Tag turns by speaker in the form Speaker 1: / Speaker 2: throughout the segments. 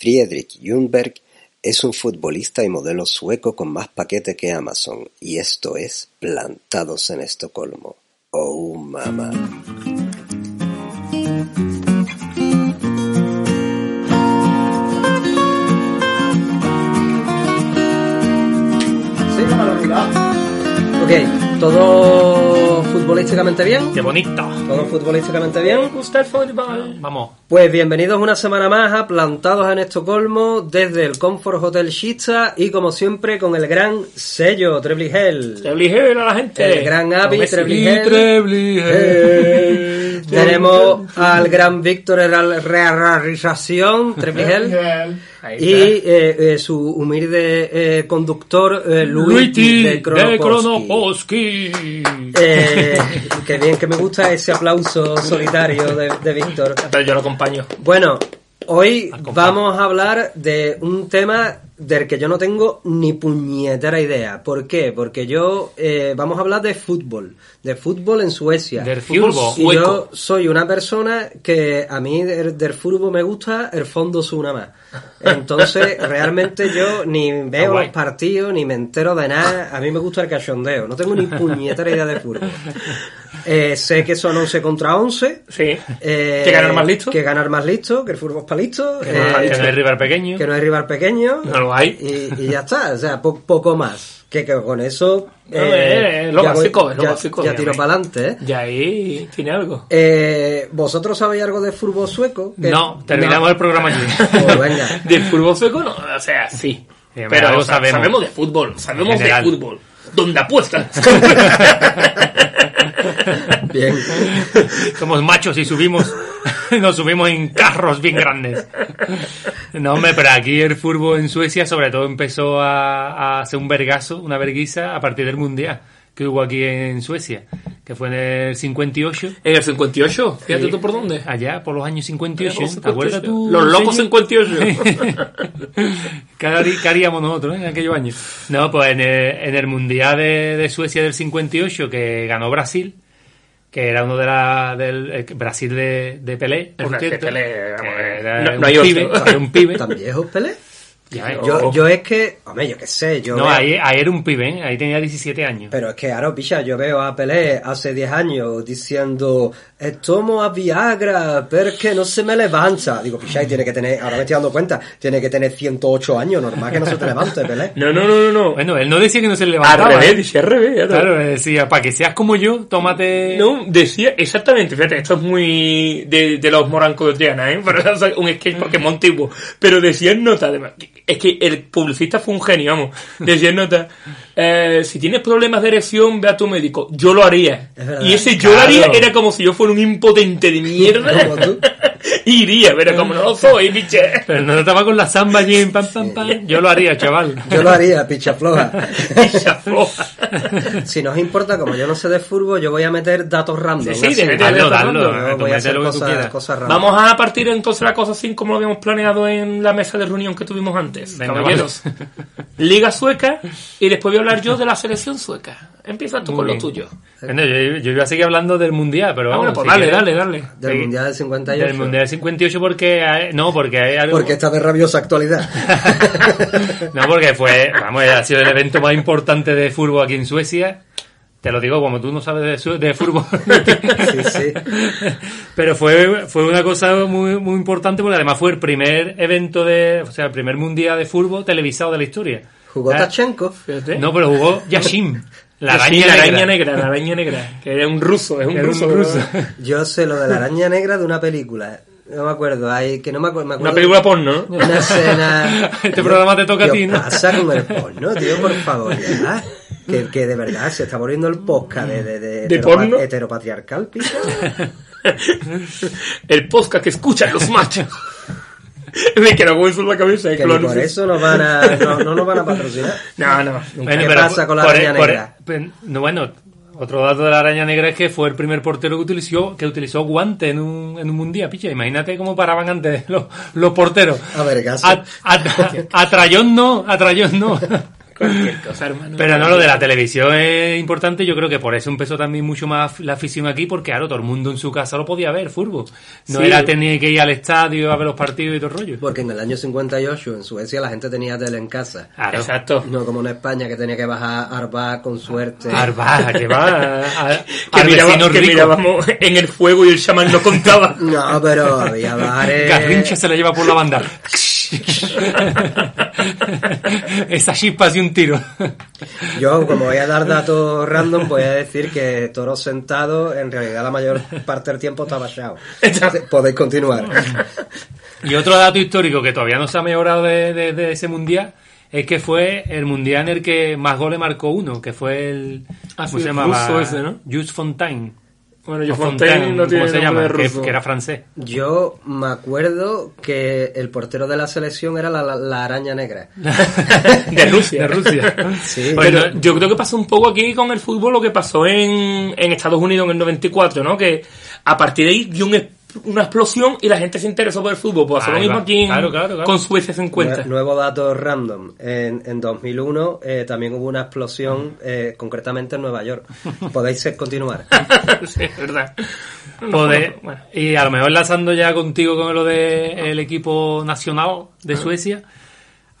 Speaker 1: Friedrich Jungberg es un futbolista y modelo sueco con más paquete que Amazon, y esto es Plantados en Estocolmo. Oh, mamá.
Speaker 2: Ok, todo futbolísticamente bien.
Speaker 3: ¡Qué bonito!
Speaker 2: Todo futbolísticamente bien.
Speaker 3: Gusta el fútbol. Vamos.
Speaker 2: Pues bienvenidos una semana más a Plantados en Estocolmo desde el Comfort Hotel Shista y como siempre con el gran sello Trebly Hell.
Speaker 3: Trebligel a la gente.
Speaker 2: El gran Abby
Speaker 3: Con ese-
Speaker 2: Trebligel.
Speaker 3: Y Trebligel.
Speaker 2: Tenemos al gran Víctor Herral- Rearrarización, Trebly Hell.
Speaker 3: Ahí
Speaker 2: Y
Speaker 3: está.
Speaker 2: eh, eh, su humilde eh, conductor eh, Luigi
Speaker 3: Luigi
Speaker 2: de
Speaker 3: de
Speaker 2: Kronoposki.
Speaker 3: Kronoposki.
Speaker 2: Eh, qué bien, que me gusta ese aplauso solitario de, de Víctor.
Speaker 3: Pero yo lo acompaño.
Speaker 2: Bueno, hoy
Speaker 3: Al compás.
Speaker 2: vamos a hablar de un tema del que yo no tengo ni puñetera idea. ¿Por qué? Porque yo eh, vamos a hablar de fútbol, de fútbol en Suecia.
Speaker 3: Del fútbol
Speaker 2: Y yo
Speaker 3: sueco.
Speaker 2: soy una persona que a mí del, del fútbol me gusta el fondo su nada más. Entonces, realmente yo ni veo
Speaker 3: guay.
Speaker 2: los partidos, ni me entero de nada. A mí me gusta el cachondeo. No tengo ni puñetera idea de fútbol. Eh, sé que son 11 contra 11.
Speaker 3: Sí.
Speaker 2: Eh,
Speaker 3: ¿Que ganar más listo?
Speaker 2: Que ganar más listo, que el fútbol es para listo.
Speaker 3: Que no
Speaker 2: eh,
Speaker 3: hay- que no hay rival pequeño.
Speaker 2: que no hay rival pequeño.
Speaker 3: No lo hay.
Speaker 2: Y, y ya está, o sea, po- poco más. Que, que con eso.
Speaker 3: No, eh, eh, lo
Speaker 2: ya voy-
Speaker 3: básico, lo
Speaker 2: ya-
Speaker 3: básico,
Speaker 2: ya tiro
Speaker 3: obviamente.
Speaker 2: para adelante, ¿eh?
Speaker 3: Y ahí tiene algo.
Speaker 2: Eh, ¿Vosotros sabéis algo de fútbol sueco? Que-
Speaker 3: No, terminamos el programa aquí.
Speaker 2: Pues Eh, venga.
Speaker 3: Del fútbol sueco, no, o sea, sí.
Speaker 4: Bien,
Speaker 3: Pero
Speaker 4: algo
Speaker 3: sa-
Speaker 4: sabemos.
Speaker 3: sabemos. de fútbol, sabemos de
Speaker 4: general.
Speaker 3: fútbol. ¿Dónde apuestan?
Speaker 2: Bien.
Speaker 4: Somos machos y subimos, nos subimos en carros bien grandes. No, hombre, pero aquí el fútbol en Suecia sobre todo empezó a, a hacer un vergazo, una verguiza, a partir del Mundial que hubo aquí en Suecia, que fue en el 58,
Speaker 3: En el 58, fíjate tú por dónde.
Speaker 4: allá por los años 58,
Speaker 3: Los
Speaker 4: ¿te acuerdas tú?
Speaker 3: Los locos
Speaker 4: señor?
Speaker 3: 58.
Speaker 4: ¿Qué harí- qué haríamos nosotros eh, en aquellos años? No, pues en el, en el Mundial de, de Suecia del 58 que ganó Brasil, que era uno de la, del eh, Brasil de, de Pelé. por
Speaker 3: Brasil de
Speaker 4: cierto,
Speaker 3: Pelé, vamos,
Speaker 4: que
Speaker 3: eh,
Speaker 4: era
Speaker 3: no-
Speaker 4: un
Speaker 3: no hay otro.
Speaker 4: pibe, era un pibe.
Speaker 2: ¿Tan viejos Pelé?
Speaker 4: Ya ves.
Speaker 2: Yo, yo es que. Hombre, yo qué sé. Yo
Speaker 4: no,
Speaker 2: veo-
Speaker 4: ahí, ahí era un pibe, ¿eh? ahí tenía 17 años.
Speaker 2: Pero es que, ahora, picha, yo veo a Pelé hace 10 años diciendo, eh, tomo a Viagra, porque no se me levanta. Digo, picha, y tiene que tener, ahora me estoy dando cuenta, tiene que tener 108 años, normal que no se te levante, Pelé.
Speaker 3: No, no, no, no. no.
Speaker 4: Bueno, él no decía que no se
Speaker 3: Al
Speaker 4: levantaba.
Speaker 3: revés,
Speaker 4: ¿eh?
Speaker 3: dice al revés. ya te-
Speaker 4: Claro, él decía, para que seas como yo, tómate...
Speaker 3: No, decía exactamente, fíjate, esto es muy de, de los morancos de Triana, ¿eh? Pero es un sketch porque es muy antiguo. Pero decía en nota, además, es que el publicista fue un genio, vamos. Decía en nota, eh, si tienes problemas de erección, ve a tu médico. Yo lo haría.
Speaker 2: Es verdad.
Speaker 3: Y ese yo lo
Speaker 4: Claro.
Speaker 3: haría era como si yo fuera un impotente de
Speaker 2: Como
Speaker 3: mierda.
Speaker 2: tú.
Speaker 3: Iría, pero como no lo soy, biche.
Speaker 4: Pero no estaba con la samba allí, pam, pam, pam. Yo lo haría, chaval.
Speaker 2: Yo lo haría, picha floja.
Speaker 3: Bicha floja.
Speaker 2: Si no os importa, como yo no sé de fútbol, yo voy a meter datos random.
Speaker 3: Sí, sí,
Speaker 2: así.
Speaker 3: de- de-
Speaker 2: Yo
Speaker 3: dalo,
Speaker 4: dalo,
Speaker 2: voy
Speaker 4: tú
Speaker 2: a hacer
Speaker 4: mete eh, lo que tú
Speaker 2: cosas,
Speaker 4: quieras.
Speaker 2: cosas random.
Speaker 3: Vamos a partir entonces la cosa así como lo habíamos planeado en la mesa de reunión que tuvimos antes.
Speaker 4: Venga,
Speaker 3: caballeros. Liga sueca y después voy a hablar yo de la selección sueca. Empieza tú
Speaker 4: Muy
Speaker 3: con
Speaker 4: bien.
Speaker 3: lo tuyo.
Speaker 4: Bueno, yo, yo iba a seguir hablando del mundial, pero
Speaker 3: Ah, bueno,
Speaker 4: vamos.
Speaker 3: pues
Speaker 4: si
Speaker 3: dale,
Speaker 4: quieres.
Speaker 3: dale, dale.
Speaker 2: Del
Speaker 4: Sí.
Speaker 2: Mundial del 58.
Speaker 4: Del mundial del 58 porque hay- no, porque hay algo.
Speaker 2: Porque está de rabiosa actualidad.
Speaker 4: no, porque fue, vamos, ha sido el evento más importante de fútbol aquí en Suecia. Te lo digo como tú no sabes de, su- de fútbol.
Speaker 2: sí.
Speaker 4: Pero fue, fue una cosa muy, muy importante porque además fue el primer evento de, o sea, el primer mundial de fútbol televisado de la historia.
Speaker 2: Jugó
Speaker 4: La-
Speaker 2: Tachenko.
Speaker 3: Fíjate.
Speaker 4: No, pero jugó Yashin. La
Speaker 3: Sí,
Speaker 4: araña,
Speaker 3: la
Speaker 4: negra.
Speaker 3: araña negra, la araña negra. Que es un ruso, es un
Speaker 4: Era
Speaker 3: ruso.
Speaker 4: un
Speaker 3: ruso.
Speaker 4: ruso.
Speaker 2: Yo sé lo de la araña negra de una película. No me acuerdo, hay, que no me acuerdo. Me acuerdo
Speaker 3: Una película porno, ¿no?
Speaker 2: Una escena.
Speaker 4: Este programa te toca a ti,
Speaker 2: ¿Qué
Speaker 4: ¿no?
Speaker 2: pasa con el porno, tío? Por favor, ya. Que, que de verdad se está volviendo el posca de, de, de,
Speaker 3: ¿De
Speaker 2: heteropa-
Speaker 3: porno?
Speaker 2: heteropatriarcal, pico.
Speaker 3: El podcast que escuchan los machos. Me queda como eso en la cabeza. eh,
Speaker 2: Que
Speaker 3: que lo
Speaker 2: ni por
Speaker 3: anuncio.
Speaker 2: eso nos van a, no, no nos van a patrocinar.
Speaker 3: No, Ah, no. nunca.
Speaker 2: ¿Qué pasa con la araña negra?
Speaker 4: pe- no, bueno, otro dato de la araña negra es que fue el primer portero que utilizó, que utilizó guante en un, en un mundial, picha. Imagínate cómo paraban antes los, los porteros.
Speaker 2: A vergazo.
Speaker 4: A, a- a Trayón no, a Trayón no.
Speaker 3: Cualquier cosa, hermano.
Speaker 4: Pero no, lo de la televisión es importante. Yo creo que por eso empezó también mucho más la afición aquí, porque claro, todo el mundo en su casa lo podía ver, furbo. No
Speaker 3: Sí.
Speaker 4: era tener que ir al estadio a ver los partidos y todo el rollo.
Speaker 2: Porque en el año 58 en Suecia la gente tenía tele en casa.
Speaker 4: Claro.
Speaker 3: Exacto.
Speaker 2: No como en España que tenía que bajar a Arba con suerte.
Speaker 4: Arbaja, que va a, a,
Speaker 3: Que,
Speaker 4: al
Speaker 3: miraba-
Speaker 4: vecino
Speaker 3: que
Speaker 4: rico.
Speaker 3: mirábamos en el fuego y el chamán no contaba.
Speaker 2: No, pero había bares.
Speaker 4: Garrincha se la lleva por la banda. Esa chispa hace un tiro.
Speaker 2: Yo, como voy a dar datos random, voy a decir que Toro Sentado, en realidad la mayor parte del tiempo estaba chao. Podéis continuar.
Speaker 4: Y otro dato histórico que todavía no se ha mejorado de, de- de ese mundial es que fue el mundial en el que más goles marcó uno, que fue el.
Speaker 3: Ah, sí,
Speaker 4: ¿Cómo se
Speaker 3: el
Speaker 4: llamaba?
Speaker 3: ruso ese, ¿no?
Speaker 4: Jules Fontaine.
Speaker 3: Bueno, yo
Speaker 4: O
Speaker 3: Fontaine no tiene
Speaker 4: ¿cómo
Speaker 3: nombre
Speaker 4: se llama?
Speaker 3: de
Speaker 4: Que-
Speaker 3: ruso.
Speaker 4: que era francés.
Speaker 2: Yo me acuerdo que el portero de la selección era la, la- la araña negra.
Speaker 3: de Rusia.
Speaker 4: De Rusia.
Speaker 2: Sí.
Speaker 4: Pues
Speaker 3: Pero
Speaker 4: no-
Speaker 3: yo creo que pasó un poco aquí con el fútbol lo que pasó en, en Estados Unidos en el 94, ¿no? Que a partir de ahí dio un es- una explosión y la gente se interesó por el fútbol. Pues pasó lo
Speaker 4: Ahí
Speaker 3: mismo
Speaker 4: va.
Speaker 3: aquí en-
Speaker 4: Claro, claro, claro.
Speaker 3: con Suecia 50.
Speaker 2: Nue- Nuevo dato random. En, en 2001 eh, también hubo una explosión, eh, concretamente en Nueva York. Podéis eh, continuar.
Speaker 3: sí, es verdad. No,
Speaker 4: Poder-
Speaker 3: no, bueno.
Speaker 4: Pues Y a lo mejor enlazando ya contigo con lo del equipo nacional de Suecia,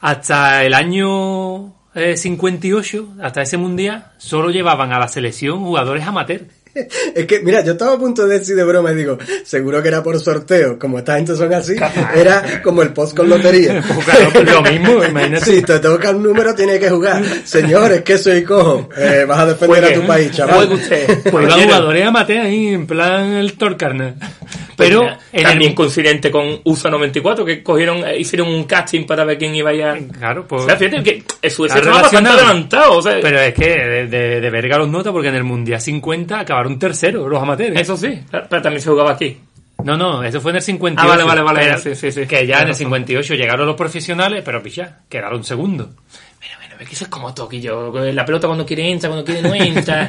Speaker 4: hasta el año eh, 58, hasta ese mundial, solo llevaban a la selección jugadores amateur.
Speaker 2: Es que, mira, yo estaba a punto de decir de broma y digo, seguro que era por sorteo, como esta gente son así, era como el post con lotería.
Speaker 3: Pues
Speaker 4: Claro, lo mismo, imagínate.
Speaker 2: Si te toca un número, tiene que jugar. Señores, que soy cojo. Eh, vas a defender a tu país,
Speaker 3: Juegue
Speaker 2: chaval.
Speaker 3: usted.
Speaker 4: Pues iban
Speaker 3: Caballero.
Speaker 4: jugadores amateur ahí, en plan el Torcarna. Pero
Speaker 3: Pues Mira,
Speaker 4: en
Speaker 3: también
Speaker 4: el...
Speaker 3: coincidente con USA 94 que cogieron eh, hicieron un casting para ver quién iba a ir a-
Speaker 4: Claro, pues...
Speaker 3: o sea, fíjate que eh, Suecia
Speaker 4: Está
Speaker 3: estaba bastante
Speaker 4: relacionado.
Speaker 3: adelantado o sea,
Speaker 4: Pero es que de, de, de verga los nota porque en el Mundial 50 acabaron terceros los amateurs.
Speaker 3: eso sí pero también se jugaba aquí
Speaker 4: No, no, eso fue en el 58.
Speaker 3: Ah, vale, vale, vale,
Speaker 4: Pero
Speaker 3: sí, sí, sí.
Speaker 4: Que ya
Speaker 3: Tienes
Speaker 4: en el
Speaker 3: razón.
Speaker 4: 58 llegaron los profesionales, pero picha, quedaron segundo.
Speaker 3: Mira, mira, ve que eso es como toquillo. La pelota cuando quiere entra, cuando quiere no entra.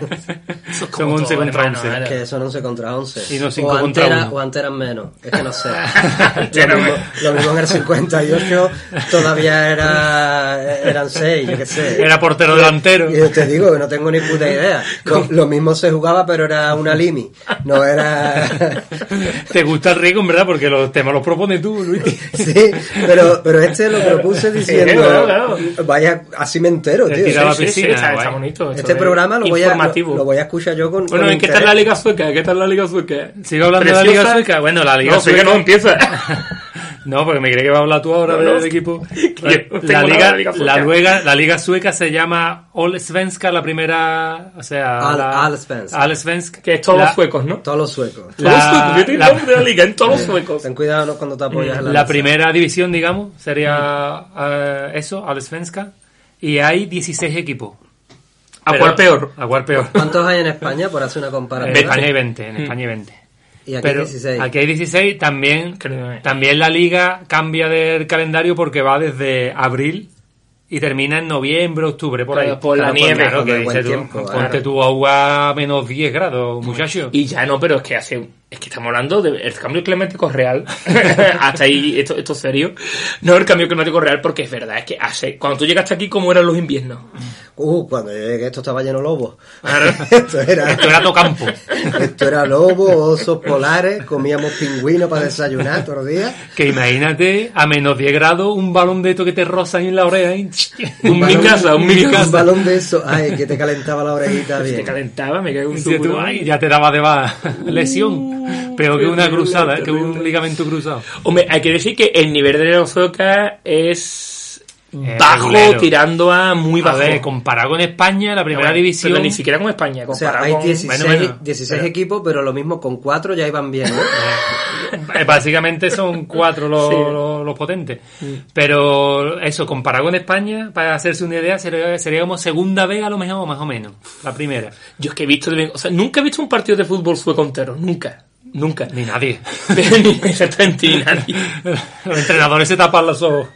Speaker 3: Eso es
Speaker 4: Son 11 contra 11.
Speaker 3: hermano.
Speaker 2: Que son 11 contra 11.
Speaker 4: Y no cinco
Speaker 2: o antes
Speaker 4: contra
Speaker 2: era-
Speaker 4: uno.
Speaker 2: O antes eran menos. Es que no sé.
Speaker 3: Antes
Speaker 2: lo,
Speaker 3: era
Speaker 2: mismo,
Speaker 3: menos.
Speaker 2: lo mismo en el 58 todavía era, Eh, eran 6, yo qué sé.
Speaker 4: Era portero delantero.
Speaker 2: Y yo te digo que no tengo ni puta idea. Lo, lo mismo se jugaba, pero era una limi. No era.
Speaker 4: Te gusta el riesgo, en verdad, porque los temas los propones tú, Luis.
Speaker 2: Sí, pero, pero este lo propuse diciendo.
Speaker 3: claro, claro.
Speaker 2: Vaya, así me entero,
Speaker 4: Te
Speaker 2: tío.
Speaker 4: tiraba
Speaker 2: Sí,
Speaker 4: la
Speaker 3: Sí, sí,
Speaker 4: piscina,
Speaker 3: está,
Speaker 4: guay.
Speaker 3: está bonito.
Speaker 2: Este programa lo voy, a,
Speaker 3: informativo.
Speaker 2: lo, lo voy a escuchar yo con.
Speaker 3: Bueno,
Speaker 2: con
Speaker 3: ¿en qué tal la
Speaker 2: interés.
Speaker 3: Liga Sueca? ¿Qué tal la Liga Sueca?
Speaker 4: Sigo hablando de la
Speaker 3: ¿Preciosa?
Speaker 4: Liga Sueca. Bueno, la Liga
Speaker 3: no, Sueca
Speaker 4: Sueca.
Speaker 3: no empieza.
Speaker 4: No, porque me creí que va a hablar tú ahora
Speaker 3: No,
Speaker 4: del
Speaker 3: no.
Speaker 4: equipo.
Speaker 3: Yo no tengo
Speaker 4: La
Speaker 3: nada
Speaker 4: liga,
Speaker 3: de Liga Sueca.
Speaker 4: la, luega- la liga sueca se llama All Svenska, la primera. O sea.
Speaker 2: All-
Speaker 4: la-
Speaker 2: All Svenska.
Speaker 4: All Svenska.
Speaker 3: que es todos
Speaker 4: La-
Speaker 3: los suecos, ¿no?
Speaker 2: Todos los suecos.
Speaker 3: Todos los suecos. Yo tengo
Speaker 4: la-
Speaker 3: el nombre de la Liga en todos los suecos.
Speaker 2: Ten cuidado ¿no? cuando te apoyas en la.
Speaker 4: La
Speaker 2: mesa.
Speaker 4: primera división, digamos, sería eh, eso, All Svenska. Y hay 16 equipos.
Speaker 3: A
Speaker 4: Pero-
Speaker 3: cuál peor.
Speaker 4: A cuál peor.
Speaker 2: ¿Cuántos hay en España por hacer una
Speaker 4: En
Speaker 2: comparación?
Speaker 4: España hay 20,
Speaker 3: Hmm.
Speaker 4: en España hay 20.
Speaker 2: Y aquí
Speaker 4: Pero
Speaker 2: 16.
Speaker 4: aquí hay 16, también,
Speaker 3: Créeme.
Speaker 4: también la liga cambia del calendario porque va desde abril y termina en noviembre, octubre, por
Speaker 3: Claro,
Speaker 4: ahí.
Speaker 3: por la nieve,
Speaker 4: claro,
Speaker 2: por
Speaker 4: que
Speaker 2: el buen
Speaker 4: dices tú,
Speaker 2: tiempo, claro.
Speaker 4: ponte tu agua a menos 10 grados, muchacho.
Speaker 3: Y ya no, pero es que hace. Es que estamos hablando del cambio climático real. Hasta ahí, esto, esto es serio. No el cambio climático real, porque es verdad, es que hace. Cuando tú llegaste aquí, ¿cómo eran los inviernos?
Speaker 2: Uh, cuando yo llegué esto estaba lleno de lobos.
Speaker 3: Claro.
Speaker 2: esto era.
Speaker 4: Esto era tocampo.
Speaker 2: Esto era lobo, osos polares, comíamos pingüinos para desayunar todos los días.
Speaker 4: Que imagínate, a menos 10 grados, un balón de esto que te roza ahí en la oreja. ¿eh? Un
Speaker 2: balón-
Speaker 4: micaza, un
Speaker 2: Un
Speaker 4: micaza.
Speaker 2: balón de eso, ay, que te calentaba la orejita
Speaker 3: Se
Speaker 2: bien.
Speaker 3: calentaba, me cago en
Speaker 4: Dices tú,
Speaker 3: su
Speaker 4: "Ay, Ya te daba de baja. Lesión. Peor que una
Speaker 3: terrible,
Speaker 4: cruzada, ¿eh? que un
Speaker 3: terrible.
Speaker 4: ligamento cruzado.
Speaker 3: Hombre, hay que decir que el nivel de la Osoka es
Speaker 4: Eh,
Speaker 3: bajo,
Speaker 4: regulero.
Speaker 3: tirando a muy
Speaker 4: A
Speaker 3: bajo.
Speaker 4: ver, comparado con España, la primera
Speaker 3: Bueno,
Speaker 4: división.
Speaker 3: Pero ni siquiera con España.
Speaker 2: O sea,
Speaker 3: comparado
Speaker 2: hay
Speaker 3: con-
Speaker 2: 16,
Speaker 4: bueno, bueno,
Speaker 2: 16
Speaker 4: pero-
Speaker 2: equipos, pero lo mismo con 4 ya iban bien. ¿no?
Speaker 4: Eh, Básicamente son cuatro los,
Speaker 3: Sí.
Speaker 4: los- los potentes. Pero eso, comparado con España, para hacerse una idea, sería, sería como segunda vez a lo mejor, más o menos. La primera.
Speaker 3: Yo es que he visto, de- o sea, nunca he visto un partido de fútbol sueco entero, nunca. Nunca.
Speaker 4: Ni nadie.
Speaker 3: Ni exactamente ni nadie.
Speaker 4: Los entrenadores se tapan los ojos.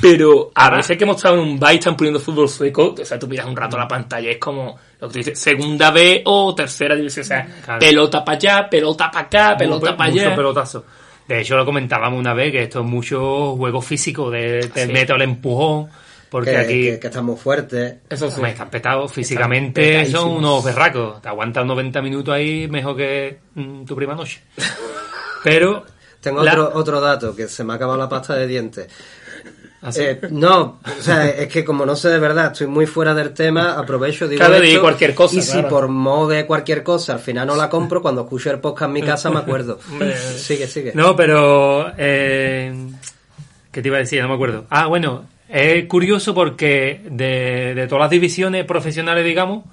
Speaker 3: Pero a veces que hemos estado en un bar y están poniendo fútbol sueco, o sea, tú miras un
Speaker 4: Mm.
Speaker 3: rato la pantalla, es como lo que tú dices, segunda B o tercera división, o sea,
Speaker 4: Claro.
Speaker 3: pelota para allá, pelota para acá, pelota
Speaker 4: Mucho-
Speaker 3: para
Speaker 4: Ah, pues, mucho
Speaker 3: allá.
Speaker 4: pelotazo. De hecho, lo comentábamos una vez que esto es mucho juego físico, de te meto el empujón, porque
Speaker 2: que,
Speaker 4: aquí
Speaker 2: que- que estamos fuertes.
Speaker 3: Eso sí.
Speaker 4: hombre, están petados físicamente,
Speaker 2: petadísimos.
Speaker 4: son unos berracos. Te aguantan 90 minutos ahí mejor que mm, tu prima noche. Pero...
Speaker 2: Tengo
Speaker 4: la-
Speaker 2: otro, otro dato, que se me ha acabado la pasta de dientes.
Speaker 4: así.
Speaker 2: Eh, no, o sea, es que como no sé de verdad, estoy muy fuera del tema, aprovecho, digo
Speaker 3: Claro,
Speaker 2: esto,
Speaker 3: di cualquier cosa,
Speaker 2: Y
Speaker 3: claro.
Speaker 2: si por modo de cualquier cosa al final no la compro, cuando escucho el podcast en mi casa me acuerdo. sigue, sigue.
Speaker 4: No, pero... eh, ¿Qué te iba a decir? No me acuerdo. Ah, bueno, es curioso porque de, de todas las divisiones profesionales, digamos,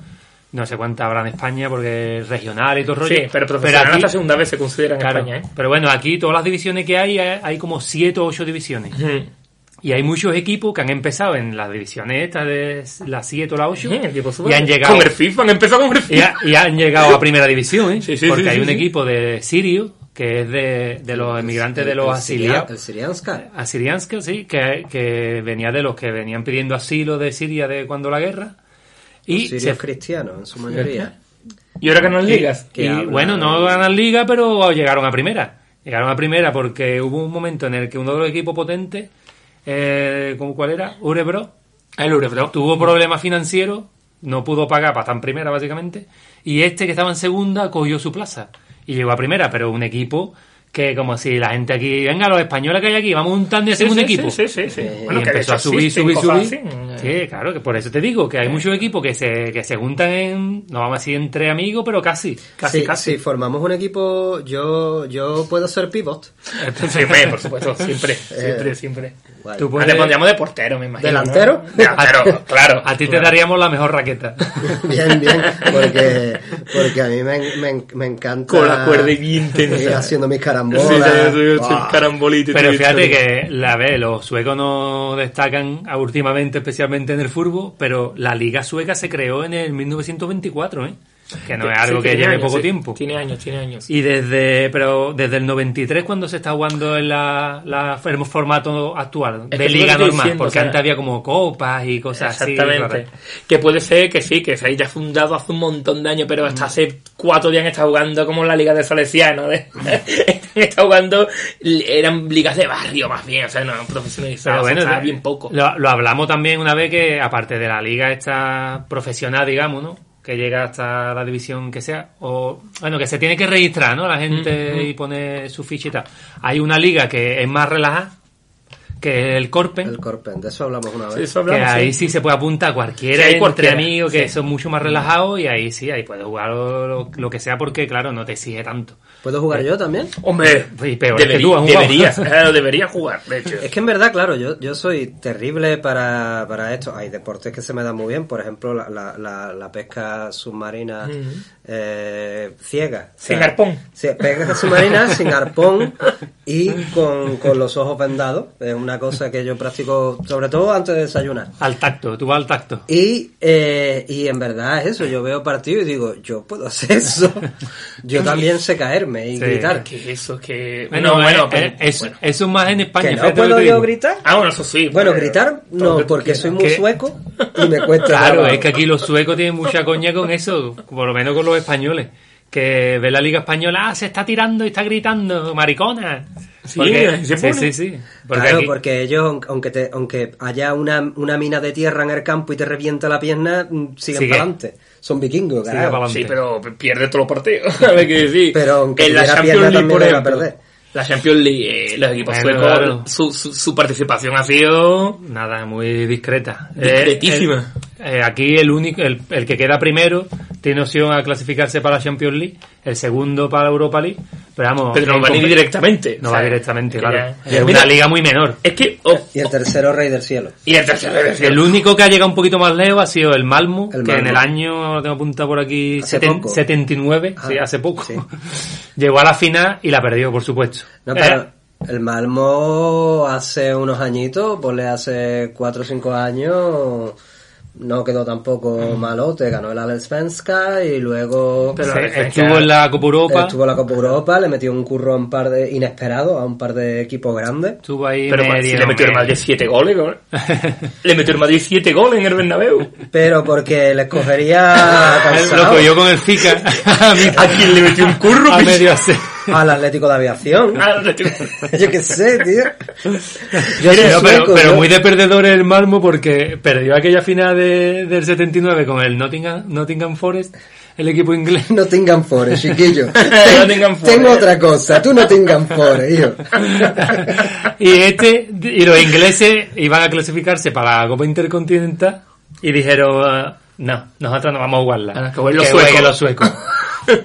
Speaker 4: no sé cuántas habrá en España, porque regional y todo el rollo.
Speaker 3: Sí, pero profesional
Speaker 4: aquí-
Speaker 3: hasta segunda vez se considera en
Speaker 4: Claro,
Speaker 3: España, ¿eh?
Speaker 4: pero bueno, aquí todas las divisiones que hay, eh, hay hay como 7 o 8 divisiones.
Speaker 3: Ujú.
Speaker 4: Y hay muchos equipos que han empezado en las divisiones estas de las 7 o las 8
Speaker 3: Ujú, tipo
Speaker 4: y
Speaker 3: súper-
Speaker 4: han llegado
Speaker 3: Con el FIFA, han empezado con el
Speaker 4: y,
Speaker 3: FIFA.
Speaker 4: ha- y han llegado a primera división, ¿eh?
Speaker 3: Sí, sí,
Speaker 4: porque
Speaker 3: sí,
Speaker 4: hay
Speaker 3: sí,
Speaker 4: un
Speaker 3: sí.
Speaker 4: equipo de Sirio que es de, de los emigrantes de los
Speaker 2: El Siria-
Speaker 4: asiliados.
Speaker 2: El Sirianska.
Speaker 4: A Sirianska, sí, que, que venía de los que venían pidiendo asilo de Siria de cuando la guerra. Y,
Speaker 2: Sirios
Speaker 4: se-
Speaker 2: cristianos, en su mayoría.
Speaker 3: Y ahora ganan ligas.
Speaker 2: que
Speaker 4: y,
Speaker 2: hablan-
Speaker 4: bueno, no ganan liga, pero llegaron a primera. Llegaron a primera porque hubo un momento en el que uno de los equipos potentes, eh, ¿cómo- ¿cuál era? Urebro,
Speaker 3: El Urebro.
Speaker 4: tuvo problemas financieros, no pudo pagar para estar en primera básicamente, y este que estaba en segunda cogió su plaza y llegó a primera, pero un equipo que como si la gente aquí, venga, los españoles que hay aquí, vamos a juntarnos y
Speaker 3: Sí,
Speaker 4: hacemos
Speaker 3: sí,
Speaker 4: un equipo.
Speaker 3: Sí, sí, sí.
Speaker 4: Eh, Y
Speaker 3: Bueno, que de
Speaker 4: empezó
Speaker 3: hecho
Speaker 4: a subir,
Speaker 3: existen
Speaker 4: subir,
Speaker 3: cosas
Speaker 4: subir.
Speaker 3: así. eh.
Speaker 4: Sí, claro, que por eso te digo, que hay muchos equipos que se, que se juntan en, no vamos a decir entre amigos, pero casi, casi,
Speaker 2: Sí,
Speaker 4: casi.
Speaker 2: Si formamos un equipo, yo, yo puedo ser pivot.
Speaker 3: Sí, hombre, por supuesto, siempre, siempre, siempre.
Speaker 2: Guay.
Speaker 4: Tú
Speaker 3: Ah,
Speaker 4: puedes-
Speaker 3: Te pondríamos de portero, me imagino. ¿no?
Speaker 2: ¿Delantero?
Speaker 3: Delantero, claro.
Speaker 4: A ti te
Speaker 3: claro.
Speaker 4: daríamos la mejor raqueta.
Speaker 2: Bien, bien, porque, porque a mí me, me, me encanta.
Speaker 3: Con la cuerda bien tensa.
Speaker 2: ir haciendo mis
Speaker 3: Sí,
Speaker 2: carambolas.
Speaker 3: sí, sí, sí,
Speaker 2: Buah.
Speaker 3: carambolito y
Speaker 4: Pero
Speaker 3: todo
Speaker 4: fíjate
Speaker 3: esto.
Speaker 4: que, la ve, los suecos no destacan a- últimamente, especialmente en el fútbol, pero la liga sueca se creó en el 1924, ¿eh? Que no es
Speaker 3: Sí,
Speaker 4: algo que
Speaker 3: tiene
Speaker 4: lleve
Speaker 3: años,
Speaker 4: poco
Speaker 3: sí.
Speaker 4: tiempo.
Speaker 3: Tiene años, tiene años.
Speaker 4: Y desde, pero desde el 93 cuando se está jugando en la, la- el formato actual,
Speaker 3: Es que
Speaker 4: de
Speaker 3: es lo que
Speaker 4: liga
Speaker 3: estoy
Speaker 4: normal,
Speaker 3: diciendo,
Speaker 4: porque
Speaker 3: o sea,
Speaker 4: antes había como copas y cosas así.
Speaker 3: Exactamente.
Speaker 4: raras.
Speaker 3: que puede ser que sí, que se haya fundado hace un montón de años, pero
Speaker 4: Mm.
Speaker 3: hasta hace cuatro días está jugando como la Liga de Salesiano. ¿eh? está jugando, eran ligas de barrio más bien, o sea, no eran
Speaker 4: Pero
Speaker 3: profesionalizadas,
Speaker 4: Ah, bueno,
Speaker 3: o sea,
Speaker 4: de-
Speaker 3: bien poco.
Speaker 4: Lo, lo hablamos también una vez que, aparte de la liga esta profesional, digamos, ¿no? Que llega hasta la división que sea, o bueno, que se tiene que registrar, ¿no? La gente y poner su ficha y tal. Hay una liga que es más relajada, que es el Corpen.
Speaker 2: El Corpen, de eso hablamos una
Speaker 3: Sí,
Speaker 2: vez.
Speaker 3: eso hablamos,
Speaker 4: que ahí
Speaker 3: sí.
Speaker 4: sí. se puede apuntar a cualquiera
Speaker 3: Sí, hay
Speaker 4: entre
Speaker 3: cualquiera,
Speaker 4: amigos que
Speaker 3: sí. Mm.
Speaker 4: son mucho más relajados y ahí sí, ahí puedes jugar lo, lo- lo que sea porque, claro, no te exige tanto.
Speaker 2: ¿Puedo jugar yo también?
Speaker 3: Hombre,
Speaker 4: Y peor es que tú has jugado.
Speaker 3: debería, claro, debería jugar, de hecho.
Speaker 2: Es que en verdad, claro, yo, yo soy terrible para, para esto. Hay deportes que se me dan muy bien, por ejemplo, la, la, la, la pesca submarina eh, ciega.
Speaker 3: Sin arpón.
Speaker 2: Sí, pesca submarina sin arpón y con, con los ojos vendados. Es una cosa que yo practico sobre todo antes de desayunar.
Speaker 4: Al tacto, tú vas al tacto.
Speaker 2: Y, eh, y en verdad es eso, yo veo partido y digo, yo puedo hacer eso. Yo también sé caerme y
Speaker 4: Sí.
Speaker 2: gritar.
Speaker 3: que eso es que...
Speaker 4: Bueno,
Speaker 3: no,
Speaker 4: bueno,
Speaker 3: bueno, pero-
Speaker 4: eso,
Speaker 3: bueno.
Speaker 4: eso es más en España.
Speaker 2: ¿Que no
Speaker 4: fíjate lo
Speaker 2: puedo
Speaker 4: te
Speaker 2: yo
Speaker 4: digo.
Speaker 2: gritar?
Speaker 3: Ah, bueno, eso sí.
Speaker 2: Bueno,
Speaker 3: porque-
Speaker 2: gritar no, porque soy muy
Speaker 4: que-
Speaker 2: sueco y me cuesta.
Speaker 4: Claro,
Speaker 2: trabajo.
Speaker 4: es que aquí los suecos tienen mucha coña con eso, por lo menos con los españoles. Que ve la liga española, ah, se está tirando y está gritando, maricona.
Speaker 3: Sí, eh, se pone.
Speaker 4: sí, sí, sí. Porque
Speaker 2: claro,
Speaker 4: aquí-
Speaker 2: porque ellos, aun- aunque te, aunque haya una, una mina de tierra en el campo y te revienta la pierna, mm, siguen
Speaker 4: Sigue.
Speaker 2: para adelante. Son vikingos,
Speaker 4: Sigue
Speaker 2: claro.
Speaker 4: pa'lante.
Speaker 3: Sí, pero pierde todos los partidos. A ver qué decir.
Speaker 2: Pero aunque
Speaker 3: en la
Speaker 2: tuviera
Speaker 3: Champions
Speaker 2: pierna
Speaker 3: League, por
Speaker 2: también la
Speaker 3: ejemplo.
Speaker 2: perder.
Speaker 3: La Champions League, eh, los equipos
Speaker 4: Bueno,
Speaker 3: suecos,
Speaker 4: claro.
Speaker 3: su, su, su participación ha sido.
Speaker 4: Nada, muy discreta.
Speaker 3: Discretísima.
Speaker 4: Eh, el- eh, aquí el único, el, el que queda primero tiene opción a clasificarse para la Champions League, el segundo para la Europa League, pero vamos,
Speaker 3: Pero no
Speaker 4: en
Speaker 3: va ni
Speaker 4: compe-
Speaker 3: directamente.
Speaker 4: no
Speaker 3: o sea,
Speaker 4: va directamente,
Speaker 3: que
Speaker 4: claro.
Speaker 3: ya-
Speaker 4: Es
Speaker 3: Mira,
Speaker 4: una liga muy menor.
Speaker 3: Es que. oh,
Speaker 2: Y el tercero rey del cielo.
Speaker 3: y el tercero debe ser-
Speaker 4: El único que ha llegado un poquito más lejos ha sido el Malmo,
Speaker 2: El
Speaker 4: que en
Speaker 2: Malmo.
Speaker 4: el año, lo tengo apuntado por aquí,
Speaker 2: Hace
Speaker 4: seten-
Speaker 2: poco.
Speaker 4: 79,
Speaker 2: Ah,
Speaker 4: sí, hace poco.
Speaker 2: sí.
Speaker 4: Llegó a la final y la perdió, por supuesto.
Speaker 2: No,
Speaker 4: Eh,
Speaker 2: pero el Malmo hace unos añitos, pues le hace cuatro o cinco años, no quedó tampoco malote, ganó el Allsvenska y luego
Speaker 3: Pero
Speaker 4: Se-
Speaker 3: la defensa-
Speaker 4: estuvo Mm. en la Copa Europa,
Speaker 2: estuvo en la Copa Europa, le metió un curro a un par de inesperado a un par de equipos grandes.
Speaker 4: estuvo ahí
Speaker 3: Pero
Speaker 4: medio,
Speaker 3: si le metió el
Speaker 4: medio.
Speaker 3: Madrid 7 goles, cabrón. Le metió el Madrid 7 goles en el Bernabéu.
Speaker 2: Pero porque les cogería
Speaker 4: Él
Speaker 2: cansado
Speaker 4: Lo cogió con el Zika. a, mí-
Speaker 3: ¿A quién le metió un curro?
Speaker 4: a
Speaker 3: picho?
Speaker 4: medio hacer.
Speaker 2: al Atlético de Aviación.
Speaker 3: Ah, le metió-
Speaker 2: Yo qué sé, tío. Yo soy
Speaker 4: Pero, pero,
Speaker 2: sueco,
Speaker 4: pero
Speaker 2: yo-
Speaker 4: muy de perdedor el Malmo porque perdió aquella final de, del 79 con el Nottingham, Nottingham Forest, el equipo inglés.
Speaker 2: No tengan fores, chiquillo.
Speaker 3: Nottingham Forest.
Speaker 2: Tengo otra cosa. Tú no tengan fores, hijo.
Speaker 4: y este y los ingleses iban a clasificarse para la Copa Intercontinental y dijeron ah, no nosotros no vamos a jugarla
Speaker 3: Ah, que jueguen los
Speaker 4: jueguen
Speaker 3: suecos.
Speaker 4: los suecos.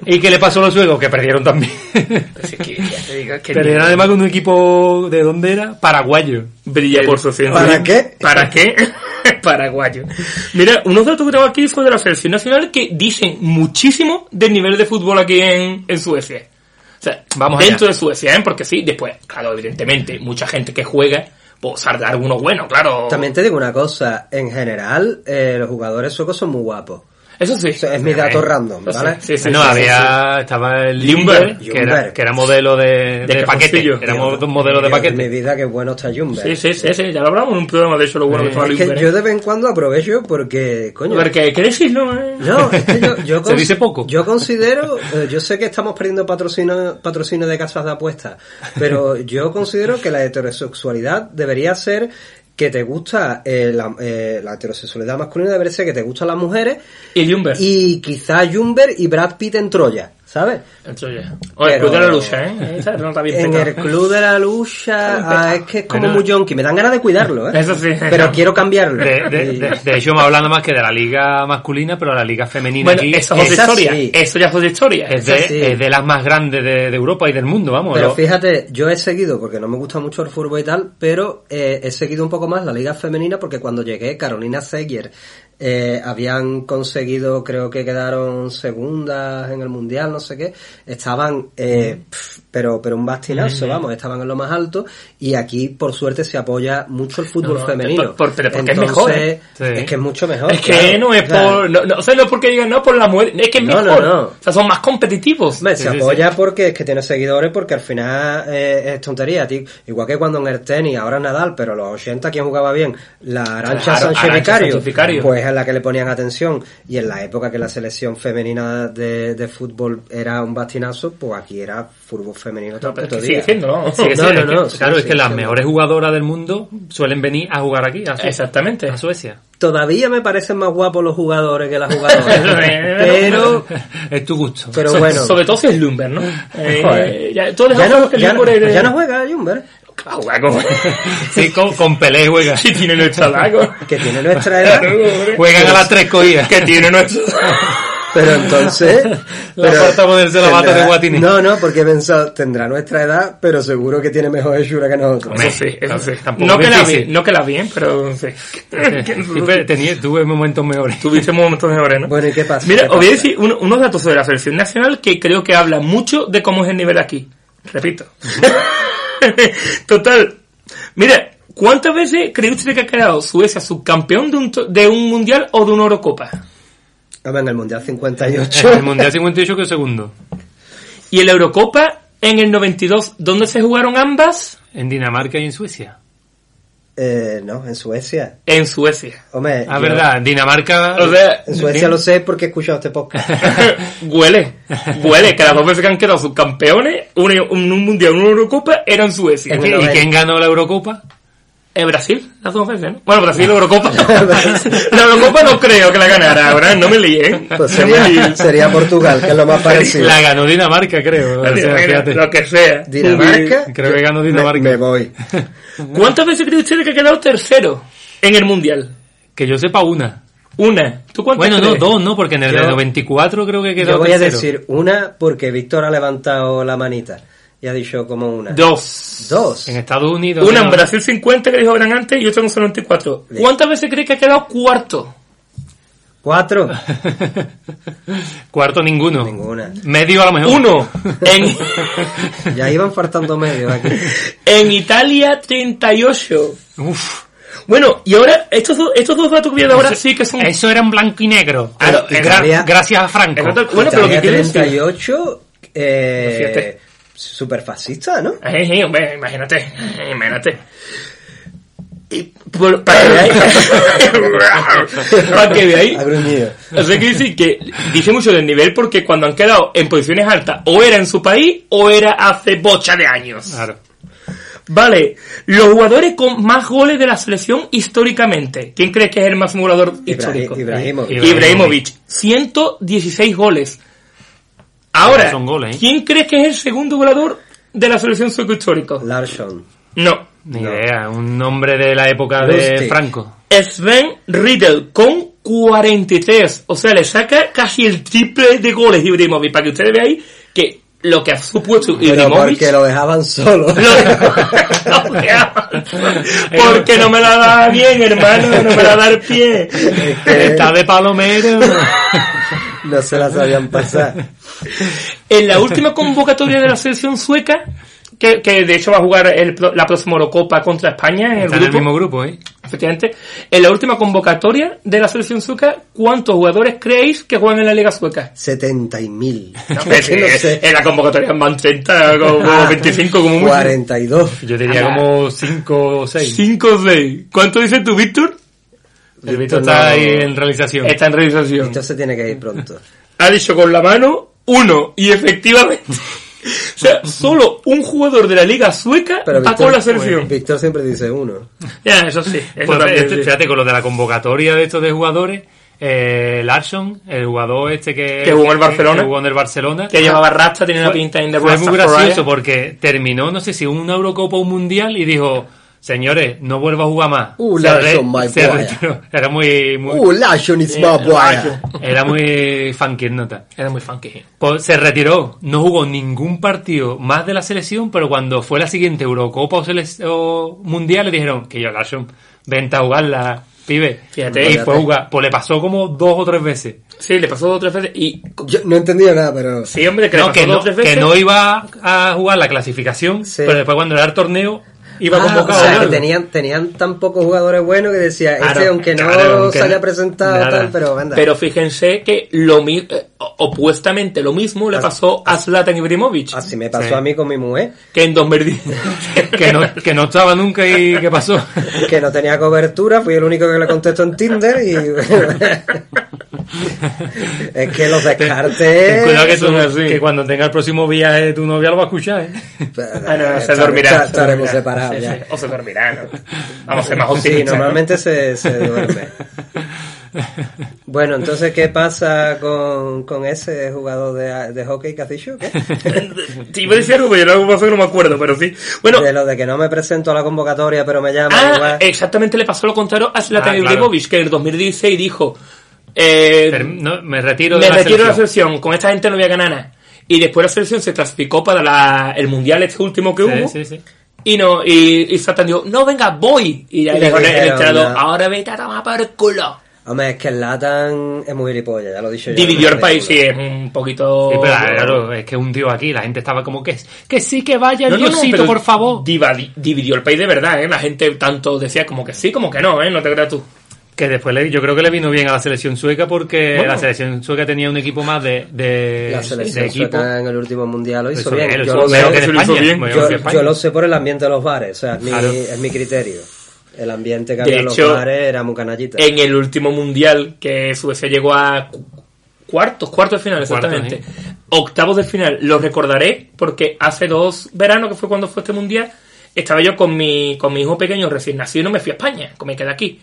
Speaker 4: y qué le pasó a los suecos que perdieron también
Speaker 3: Pues es que, ya te digo, es que
Speaker 4: perdieron
Speaker 3: ni-
Speaker 4: además con un equipo de dónde era paraguayo
Speaker 3: Brilla por su ausencia.
Speaker 2: ¿Para qué?
Speaker 3: ¿Para qué? Paraguayo. Mira, unos datos que tengo aquí fue de la selección nacional que dicen muchísimo del nivel de fútbol aquí en, en Suecia. O sea,
Speaker 4: Vamos
Speaker 3: dentro
Speaker 4: allá.
Speaker 3: de Suecia, ¿eh? porque sí, después, claro, evidentemente, mucha gente que juega, pues saldrá alguno bueno, claro.
Speaker 2: También te digo una cosa. En general, eh, los jugadores suecos son muy guapos.
Speaker 3: Eso sí. Eh,
Speaker 2: Eso es mi dato random, ¿vale?
Speaker 3: Sí, sí, sí,
Speaker 4: no
Speaker 3: sí,
Speaker 4: había estaba el
Speaker 3: Ljungberg.
Speaker 4: Limber que era,
Speaker 2: Ljungberg.
Speaker 4: que era modelo de, de paquete
Speaker 3: cajoncillo.
Speaker 4: era mo-
Speaker 2: Dios
Speaker 4: modelo de
Speaker 2: mío, Mi
Speaker 4: paquete
Speaker 2: vida, qué bueno está Jumber.
Speaker 3: Sí, sí, sí, sí, ya lo hablamos en un programa, de hecho, lo bueno que estaba
Speaker 2: Eh, Es que
Speaker 3: Lindbergh.
Speaker 2: yo de vez en cuando aprovecho porque, coño,
Speaker 3: A ver, ¿qué, qué decís, no? eh?
Speaker 2: No, es que yo, yo
Speaker 4: Se
Speaker 2: cons-
Speaker 4: dice poco.
Speaker 2: Yo considero, eh, yo sé que estamos perdiendo patrocinio, patrocinio de casas de apuestas, pero yo considero que la heterosexualidad debería ser que te gusta eh, la, eh, la heterosexualidad masculina debería ser que te gustan las mujeres
Speaker 3: Y Jumber.
Speaker 2: y quizá Jumber y Brad Pitt en Troya, ¿sabes?
Speaker 3: Entonces, ya. Oye,
Speaker 2: Pero-
Speaker 3: escucha la lucha, ¿eh? Esa no está bien
Speaker 2: En
Speaker 3: pegada.
Speaker 2: el club de la lucha ah, es que es como
Speaker 4: Bueno.
Speaker 2: muy yonki, me dan ganas de cuidarlo, ¿eh?
Speaker 3: Eso sí.
Speaker 2: Pero quiero cambiarlo.
Speaker 4: de, de-
Speaker 2: Y-
Speaker 4: de- de hecho hemos hablado más que de la liga masculina pero la liga femenina
Speaker 3: Bueno,
Speaker 4: aquí
Speaker 3: eso es otra
Speaker 2: Esa
Speaker 3: historia.
Speaker 2: sí.
Speaker 3: Eso ya es otra historia.
Speaker 4: Es
Speaker 2: Esa
Speaker 4: de,
Speaker 2: sí.
Speaker 4: es de las más grandes de, de Europa y del mundo, vamos.
Speaker 2: Pero
Speaker 4: Lo-
Speaker 2: fíjate, yo he seguido, porque no me gusta mucho el fútbol y tal, pero eh, he seguido un poco más la liga femenina porque cuando llegué, Carolina Seger, eh, habían conseguido, creo que quedaron segundas en el mundial, no sé qué, estaban, eh, pf, pero, pero un bastinazo, vamos, estaban en lo más alto y aquí, por suerte, se apoya mucho el fútbol
Speaker 3: No, no,
Speaker 2: femenino.
Speaker 3: por- por- pero porque es mejor, ¿eh?
Speaker 4: Sí.
Speaker 2: Es que es mucho mejor.
Speaker 3: es que
Speaker 2: claro.
Speaker 3: no es
Speaker 2: O sea,
Speaker 3: por... No, no, o sea, no es porque digan no por la mujer. Es que es
Speaker 2: No, no,
Speaker 3: mejor.
Speaker 2: no.
Speaker 3: O sea, son más competitivos.
Speaker 2: Hombre, se
Speaker 4: sí,
Speaker 2: apoya porque es que tiene seguidores, porque al final eh, es tontería, tío. Igual que cuando en el tenis, ahora Nadal, pero los 80, ¿quién jugaba bien? La Arancha
Speaker 3: Claro,
Speaker 2: Sánchez
Speaker 3: Arantxa
Speaker 2: Vicario.
Speaker 3: Sánchez Vicario.
Speaker 2: Pues es la que le ponían atención. Y en la época que la selección femenina de, de fútbol era un bastinazo, pues aquí era fútbol femenino todo
Speaker 3: No,
Speaker 2: el
Speaker 3: pero es que
Speaker 2: puto
Speaker 3: sigue
Speaker 2: día.
Speaker 3: siendo, ¿no?
Speaker 4: Sí, que sí,
Speaker 2: no,
Speaker 4: es
Speaker 2: no,
Speaker 4: que-
Speaker 2: no, sí,
Speaker 4: claro, es
Speaker 2: sí,
Speaker 4: que las
Speaker 2: sí.
Speaker 4: mejores jugadoras del mundo suelen venir a jugar aquí, a Suecia.
Speaker 3: Exactamente.
Speaker 4: A Suecia.
Speaker 2: Todavía me parecen más guapos los jugadores que las jugadoras.
Speaker 3: Pero-
Speaker 2: pero,
Speaker 4: es tu gusto.
Speaker 2: pero
Speaker 3: So-
Speaker 2: bueno.
Speaker 3: Sobre todo si es Lumber, ¿no? Eh,
Speaker 2: Joder.
Speaker 3: ya, todos
Speaker 2: Ya no,
Speaker 3: que
Speaker 2: ya no-
Speaker 3: Lumber es-
Speaker 2: ya no juega Jumber.
Speaker 3: Ah, guaco.
Speaker 4: Sí, con, con Pelé juega.
Speaker 3: Sí, tiene nuestra lago.
Speaker 2: Que tiene nuestra edad.
Speaker 4: Juegan a las tres cogidas.
Speaker 3: Que tiene nuestra...
Speaker 2: Pero entonces...
Speaker 4: La
Speaker 2: pero-
Speaker 4: falta ponerse la bata
Speaker 2: tendrá-
Speaker 4: de Guatini.
Speaker 2: No, no, porque he pensado, tendrá nuestra edad, pero seguro que tiene mejor hechura que nosotros.
Speaker 3: Eso sí, eso sí.
Speaker 4: Tampoco
Speaker 3: No
Speaker 4: es
Speaker 3: que, la
Speaker 4: difícil.
Speaker 3: bien, no que la bien, pero sí.
Speaker 4: Sí, pero tenía- tuve momentos mejores.
Speaker 3: Tuviste momentos mejores, ¿no?
Speaker 2: Bueno, ¿y qué pasa?
Speaker 3: ¿eh? Mira,
Speaker 2: ¿Qué
Speaker 3: os voy a
Speaker 2: pasa?
Speaker 3: decir un- unos datos sobre la selección nacional que creo que hablan mucho de cómo es el nivel aquí. Repito. Total. Mira, ¿cuántas veces cree usted que ha quedado Suecia subcampeón de un, to- de un mundial o de una Eurocopa?
Speaker 2: Hombre, en el Mundial 58.
Speaker 4: El Mundial 58 que segundo.
Speaker 3: Y en la Eurocopa en el 92, ¿dónde se jugaron ambas?
Speaker 4: En Dinamarca y en Suecia.
Speaker 2: Eh, no, en Suecia.
Speaker 3: En Suecia.
Speaker 2: Hombre,
Speaker 4: Ah,
Speaker 2: yo-
Speaker 4: verdad, Dinamarca...
Speaker 3: O sea,
Speaker 2: En Suecia lo sé porque he escuchado este podcast.
Speaker 3: huele, huele que las dos veces que han quedado subcampeones, una- un, un mundial, una Eurocopa, eran Suecia.
Speaker 4: ¿Y quién- ¿Y quién ganó la Eurocopa?
Speaker 3: Eh, Brasil, las dos veces, ¿no? Bueno, Brasil, Eurocopa. la Eurocopa no creo que la ganara, ahora no me líen.
Speaker 2: Pues
Speaker 3: no me
Speaker 2: sería,
Speaker 3: líen.
Speaker 2: sería Portugal, que es lo más parecido.
Speaker 4: La ganó Dinamarca, creo. O sea, fíjate.
Speaker 3: Lo que sea.
Speaker 2: pues, Dinamarca.
Speaker 4: Creo que ganó
Speaker 2: Me-
Speaker 4: Dinamarca.
Speaker 2: Me, voy.
Speaker 3: ¿Cuántas veces cree usted que ha quedado tercero en el Mundial?
Speaker 4: Que yo sepa una.
Speaker 3: Una. ¿Tú cuántas
Speaker 4: Bueno, no,
Speaker 3: crees?
Speaker 4: dos, ¿no? Porque en el
Speaker 2: Yo-
Speaker 4: del 94 creo que quedó
Speaker 2: Yo voy a
Speaker 4: tercero.
Speaker 2: decir una porque Víctor ha levantado la manita y ha dicho como una.
Speaker 3: Dos.
Speaker 2: Dos.
Speaker 4: En Estados Unidos.
Speaker 3: Una en
Speaker 4: ¿no?
Speaker 3: Brasil 50 que dijo Abraham antes y otra en el 94.
Speaker 2: Bien.
Speaker 3: ¿Cuántas veces cree que ha quedado cuarto?
Speaker 2: Cuatro.
Speaker 4: Cuarto ninguno.
Speaker 2: Ninguna.
Speaker 4: Medio a lo mejor.
Speaker 3: Uno. En,
Speaker 2: Ya iban faltando medios aquí.
Speaker 3: en Italia 38.
Speaker 4: Uf.
Speaker 3: Bueno, y ahora, estos dos, estos dos datos que voy a dar ahora
Speaker 4: Eso-
Speaker 3: sí que son.
Speaker 4: Eso era en blanco y negro.
Speaker 3: Claro,
Speaker 4: Ah, Gra-
Speaker 2: Italia-
Speaker 4: gracias a Franco.
Speaker 3: Exacto. Bueno, pero lo que
Speaker 2: Italia
Speaker 3: quiero decir-
Speaker 2: 38, eh,
Speaker 3: Fíjate.
Speaker 2: super fascista, ¿no?
Speaker 3: Eh, eh, hombre, imagínate, eh, imagínate. Y por- para que veáis. para que veáis.
Speaker 2: Ha gruñido.
Speaker 3: O sea, que decir que dice mucho del nivel porque cuando han quedado en posiciones altas, o era en su país, o era hace bocha de años.
Speaker 4: Claro.
Speaker 3: Vale, los jugadores con más goles de la selección históricamente. ¿Quién crees que es el máximo goleador histórico?
Speaker 2: Ibrahim- Ibrahimovic.
Speaker 4: Ibrahimovic.
Speaker 3: Ibrahimovic. 116 goles. Ahora,
Speaker 4: Son goles, ¿eh?
Speaker 3: ¿quién crees que es el segundo goleador de la selección sueco histórico?
Speaker 2: Larson.
Speaker 3: No.
Speaker 4: Ni idea. Un nombre de la época de
Speaker 2: Lustig.
Speaker 4: Franco.
Speaker 3: Sven Riddle con 43. O sea, le saca casi el triple de goles de Ibrahimovic. Para que ustedes veáis que lo que ha supuesto
Speaker 2: Pero
Speaker 3: Ibrahimovic...
Speaker 2: porque lo dejaban solo.
Speaker 3: No, no me ama. porque no me la da bien, hermano, no me la da el pie.
Speaker 2: Eh.
Speaker 4: Está de Palomero.
Speaker 2: no se la sabían pasar.
Speaker 3: En la última convocatoria de la selección sueca, que, que de hecho va a jugar el pro- la próxima Eurocopa contra España en el
Speaker 4: Está en
Speaker 3: grupo,
Speaker 4: el mismo grupo, ¿eh?
Speaker 3: efectivamente, en la última convocatoria de la selección sueca, ¿cuántos jugadores creéis que juegan en la Liga Sueca?
Speaker 2: 70.000.
Speaker 3: No, es que
Speaker 2: No sé. Ah,
Speaker 3: En la convocatoria van 30, como, como 25, como mucho.
Speaker 2: 42.
Speaker 4: Yo diría
Speaker 3: Ah.
Speaker 4: como 5 o 6.
Speaker 3: 5 o 6. ¿Cuánto dices tú, Víctor?
Speaker 4: El Vito está ahí en realización.
Speaker 3: Está en realización.
Speaker 2: Esto se tiene que ir pronto.
Speaker 3: ha dicho con la mano uno y efectivamente o sea solo un jugador de la liga sueca
Speaker 2: Pero
Speaker 3: va
Speaker 2: Víctor-
Speaker 3: con la selección
Speaker 2: Víctor siempre dice uno.
Speaker 3: ya eso sí eso
Speaker 4: Pues,
Speaker 3: también,
Speaker 4: fíjate,
Speaker 3: sí.
Speaker 4: fíjate, con lo de la convocatoria de estos de jugadores, eh, Larsson, el jugador este que,
Speaker 3: Que jugó en el Barcelona.
Speaker 4: que jugó en el Barcelona,
Speaker 3: que llevaba rasta tiene una
Speaker 4: Fue-
Speaker 3: pinta en The
Speaker 4: Fue muy
Speaker 3: Rastafarian.
Speaker 4: gracioso porque terminó, no sé si una Eurocopa o un Mundial y dijo, señores, no vuelva a jugar más.
Speaker 2: Uh,
Speaker 4: Se re-
Speaker 2: Larson, my
Speaker 4: se
Speaker 2: boy.
Speaker 4: retiró. Era muy, muy,
Speaker 2: Uh, Lashon is my boy.
Speaker 4: era muy funky el nota.
Speaker 3: era muy funky eh.
Speaker 4: Pues se retiró, no jugó ningún partido más de la selección, pero cuando fue la siguiente Eurocopa o, selec- o Mundial le dijeron que yo, Larson, vente a jugarla, pibe.
Speaker 3: Fíjate.
Speaker 4: y fue a jugar. Pues le pasó como dos o tres veces.
Speaker 3: sí le pasó dos o tres veces y
Speaker 2: Yo no entendía nada, pero...
Speaker 3: sí hombre que le
Speaker 4: No,
Speaker 3: pasó
Speaker 4: que,
Speaker 3: dos
Speaker 4: no,
Speaker 3: o tres
Speaker 4: que
Speaker 3: veces
Speaker 4: no iba a jugar la clasificación,
Speaker 2: Sí.
Speaker 4: pero después cuando era el torneo iba
Speaker 2: Ah,
Speaker 4: convocado.
Speaker 2: o sea,
Speaker 4: o
Speaker 2: que
Speaker 4: algo.
Speaker 2: tenían, tenían tan pocos jugadores buenos que decía,
Speaker 4: Claro,
Speaker 2: este aunque no
Speaker 4: claro, aunque
Speaker 2: se haya
Speaker 4: no-
Speaker 2: presentado
Speaker 4: nada.
Speaker 2: tal, pero anda.
Speaker 3: pero fíjense que lo mi- eh, o- opuestamente lo mismo le pasó a Zlatan Ibrahimovic
Speaker 2: Así me pasó
Speaker 4: Sí.
Speaker 2: a mí con mi mujer,
Speaker 3: que en 2010
Speaker 4: que, no, que no estaba nunca y ¿qué pasó?
Speaker 2: que no tenía cobertura, fui el único que le contestó en Tinder y... es que los
Speaker 4: Ten
Speaker 2: descartes...
Speaker 4: cuidado que, tú-
Speaker 3: son así.
Speaker 4: que cuando tenga el próximo viaje tu novia lo va a escuchar, ¿eh?
Speaker 3: Ah, no, no, se
Speaker 2: Estar-
Speaker 3: dormirá.
Speaker 2: estar-
Speaker 3: se
Speaker 2: Estaremos
Speaker 3: dormirá.
Speaker 2: separados
Speaker 3: Sí,
Speaker 2: ya.
Speaker 3: sí, O se dormirá, ¿no? Vamos a ser más
Speaker 2: Sí,
Speaker 3: optimistas.
Speaker 2: normalmente se, se duerme. Bueno, entonces, ¿qué pasa con, con ese jugador de, de hockey que has dicho? ¿Qué?
Speaker 3: Te iba a decir algo, pero yo lo pasó que no me acuerdo, pero sí. Bueno,
Speaker 2: De lo de que no me presento a la convocatoria, pero me llaman
Speaker 3: ah,
Speaker 2: igual.
Speaker 3: exactamente le pasó lo contrario a Zlatan
Speaker 4: Ah, claro.
Speaker 3: Ibrahimovic, que en el 2016 dijo, eh,
Speaker 4: Term- no, me retiro de
Speaker 3: me
Speaker 4: la
Speaker 3: retiro de la
Speaker 4: selección.
Speaker 3: selección, con esta gente no voy a ganar nada. Y después la selección se clasificó para la- el mundial este último que hubo.
Speaker 4: Sí, sí, sí.
Speaker 3: Y no, y, y Zlatan dijo, no, venga, voy. Y ya
Speaker 2: Y
Speaker 3: le
Speaker 2: le
Speaker 3: dijo el
Speaker 2: dijeron,
Speaker 3: entrenador,
Speaker 2: no.
Speaker 3: ahora vete a tomar por el culo.
Speaker 2: Hombre, es que el Latan es muy gilipollas, ya lo he dicho yo.
Speaker 3: Dividió el país, sí, es un poquito...
Speaker 4: Sí, Eh, pero, claro, es que un tío aquí, la gente estaba como que es- que sí que vaya,
Speaker 3: No, no, no,
Speaker 4: Diosito,
Speaker 3: pero
Speaker 4: por favor.
Speaker 3: divadi- dividió el país de verdad, ¿eh? La gente tanto decía como que sí, como que no, ¿eh? No te creas tú.
Speaker 4: Que después le- yo creo que le vino bien a la selección sueca porque
Speaker 3: Bueno.
Speaker 4: la selección sueca tenía un equipo más de, de,
Speaker 2: La selección
Speaker 4: de equipo.
Speaker 2: sueca en el último mundial lo hizo
Speaker 4: Eso
Speaker 2: bien.
Speaker 4: bien,
Speaker 2: Yo
Speaker 4: eso
Speaker 2: lo,
Speaker 4: mejor
Speaker 3: que
Speaker 2: sé,
Speaker 3: en
Speaker 4: España,
Speaker 3: hizo bien.
Speaker 4: mejor
Speaker 2: yo-
Speaker 4: que
Speaker 2: yo
Speaker 4: España.
Speaker 2: lo sé por el ambiente de los bares, o sea, es mi,
Speaker 4: Claro.
Speaker 2: es mi criterio. El ambiente que
Speaker 3: De
Speaker 2: había en los
Speaker 3: hecho,
Speaker 2: bares era muy canallita.
Speaker 3: En el último mundial que Suecia llegó a cu- cuartos, cuartos de final,
Speaker 4: Cuartos, ¿eh?
Speaker 3: exactamente. Octavos de final, lo recordaré porque hace dos veranos, que fue cuando fue este mundial, estaba yo con mi, con mi hijo pequeño recién nacido y me fui a España, que me quedé aquí.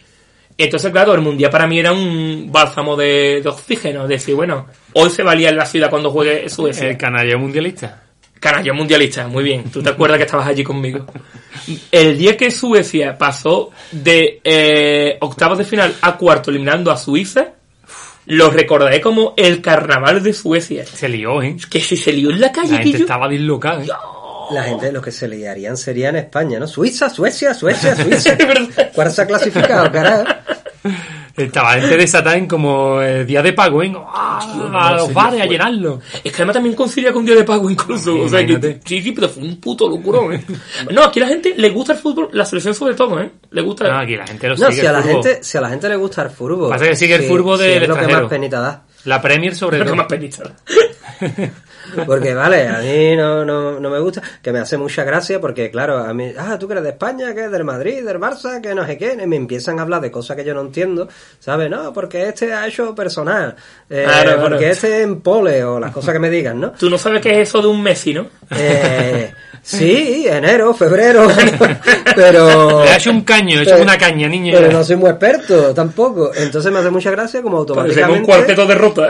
Speaker 3: Entonces, claro, el mundial para mí era un bálsamo de, de oxígeno, de decir, bueno, hoy se valía en la ciudad cuando juegue Suecia.
Speaker 4: El canalla mundialista.
Speaker 3: Canalla mundialista, muy bien. Tú te acuerdas que estabas allí conmigo. El día que Suecia pasó de eh, octavos de final a cuarto eliminando a Suiza, lo recordaré como el carnaval de Suecia.
Speaker 4: Se lió, ¿eh?
Speaker 3: Que si se lió en la
Speaker 4: La
Speaker 3: calle, que
Speaker 4: gente
Speaker 3: yo...
Speaker 4: estaba dislocada. ¿eh?
Speaker 2: La gente, los que se liarían sería en España, ¿no? Suiza, Suecia, Suecia, Suiza.
Speaker 3: Es verdad.
Speaker 2: ¿Cuál se ha clasificado, carajo?
Speaker 4: Estaba gente de Satán como el día de pago, ¿eh? ¡Ah! a los bares a llenarlo.
Speaker 3: Es que además también concilia con Día de Pago incluso. o sea, que,
Speaker 4: Imagínate.
Speaker 3: sí, sí, pero fue un puto locurón, ¿eh? No, aquí la gente le gusta el fútbol, la selección sobre todo, ¿eh? Le gusta...
Speaker 4: No, aquí la gente lo
Speaker 2: No,
Speaker 4: sigue.
Speaker 2: si a,
Speaker 4: el
Speaker 2: la
Speaker 4: fútbol.
Speaker 2: gente, si a la gente le gusta el furbo.
Speaker 4: Pasa que sigue el
Speaker 2: Sí,
Speaker 4: furbo
Speaker 2: sí,
Speaker 4: del
Speaker 2: es lo que
Speaker 4: extranjero.
Speaker 2: más penita da.
Speaker 4: La Premier sobre
Speaker 3: Pero qué
Speaker 4: todo.
Speaker 3: más penita.
Speaker 2: Porque, vale, a mí no, no, no me gusta, que me hace mucha gracia porque, claro, a mí, ah, tú que eres de España, que es del Madrid, del Barça, que no sé qué, y me empiezan a hablar de cosas que yo no entiendo, ¿sabes? No, porque este ha hecho personal, eh,
Speaker 3: Claro, claro.
Speaker 2: porque este en pole, o las cosas que me digan, ¿no?
Speaker 3: Tú no sabes qué es eso de un Messi, ¿no?
Speaker 2: Eh, sí, enero, febrero, pero...
Speaker 4: Le ha hecho un caño, le ha hecho
Speaker 2: pero-
Speaker 4: una caña, niño.
Speaker 2: Pero no soy muy experto, tampoco. Entonces me hace mucha gracia
Speaker 4: Pues,
Speaker 2: como
Speaker 3: Parece
Speaker 2: automáticamente...
Speaker 3: un cuarteto de ropa.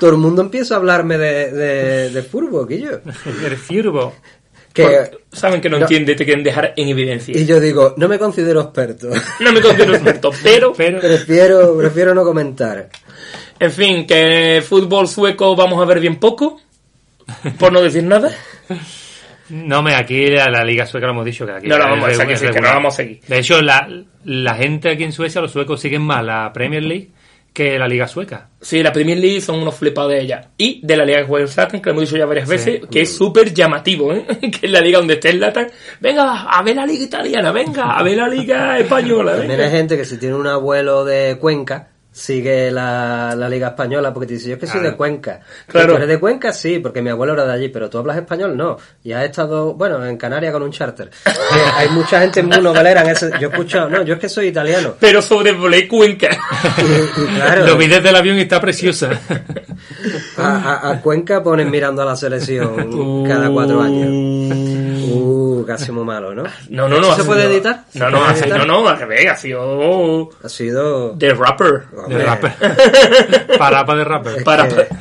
Speaker 2: Todo el mundo empieza a hablarme de, de, de furbo, Guillo.
Speaker 4: El furbo.
Speaker 2: Que,
Speaker 3: Saben que no,
Speaker 2: No.
Speaker 3: entiende, te quieren dejar en evidencia.
Speaker 2: y yo digo, no me considero experto.
Speaker 3: No me considero experto, pero,
Speaker 4: Pero-
Speaker 2: prefiero, prefiero no comentar.
Speaker 3: En fin, que fútbol sueco vamos a ver bien poco. Por no decir nada.
Speaker 4: No, me aquí la, la liga sueca lo hemos dicho. Que aquí
Speaker 3: No la
Speaker 4: es
Speaker 3: vamos a
Speaker 4: regu-
Speaker 3: seguir,
Speaker 4: es
Speaker 3: sí, que
Speaker 4: regular.
Speaker 3: no la vamos a seguir.
Speaker 4: De hecho, la, la gente aquí en Suecia, los suecos, siguen más la Premier League que la liga sueca.
Speaker 3: Sí, la Premier League son unos flipados de ella. Y de la Liga de Juegos Satan, que lo hemos dicho ya varias veces, que es súper llamativo, ¿eh? Que es la liga donde esté el Latan. Venga, a ver la liga italiana, venga, a ver la liga española.
Speaker 2: También hay
Speaker 3: venga.
Speaker 2: gente que si tiene un abuelo de Cuenca, sigue la, la Liga Española, porque te dice, yo es que soy
Speaker 4: Claro.
Speaker 2: de Cuenca.
Speaker 3: Claro.
Speaker 2: Claro. ¿Tú eres de Cuenca? Sí, porque mi abuelo era de allí, pero tú hablas español, no. Y has estado, bueno, en Canarias con un charter. Sí, hay mucha gente muy novelera en ese... Yo he escuchado, no, yo es que soy italiano.
Speaker 3: Pero sobre Blake Cuenca.
Speaker 2: Y- y claro,
Speaker 4: Lo vi desde el avión y está preciosa.
Speaker 2: A, a- a Cuenca ponen mirando a la selección cada cuatro años. Uh, casi muy malo, ¿no?
Speaker 3: No, no, no.
Speaker 2: ¿Eso
Speaker 3: ha
Speaker 2: ¿Se puede
Speaker 3: sido-
Speaker 2: editar?
Speaker 3: No,
Speaker 2: ¿Se
Speaker 3: no,
Speaker 2: puede
Speaker 3: ha sido-
Speaker 2: editar?
Speaker 3: no, no, al revés, ha sido
Speaker 2: Ha sido...
Speaker 3: The Rapper.
Speaker 2: Hombre,
Speaker 4: De rapper. Parapa de rapper.
Speaker 3: Para,
Speaker 2: que-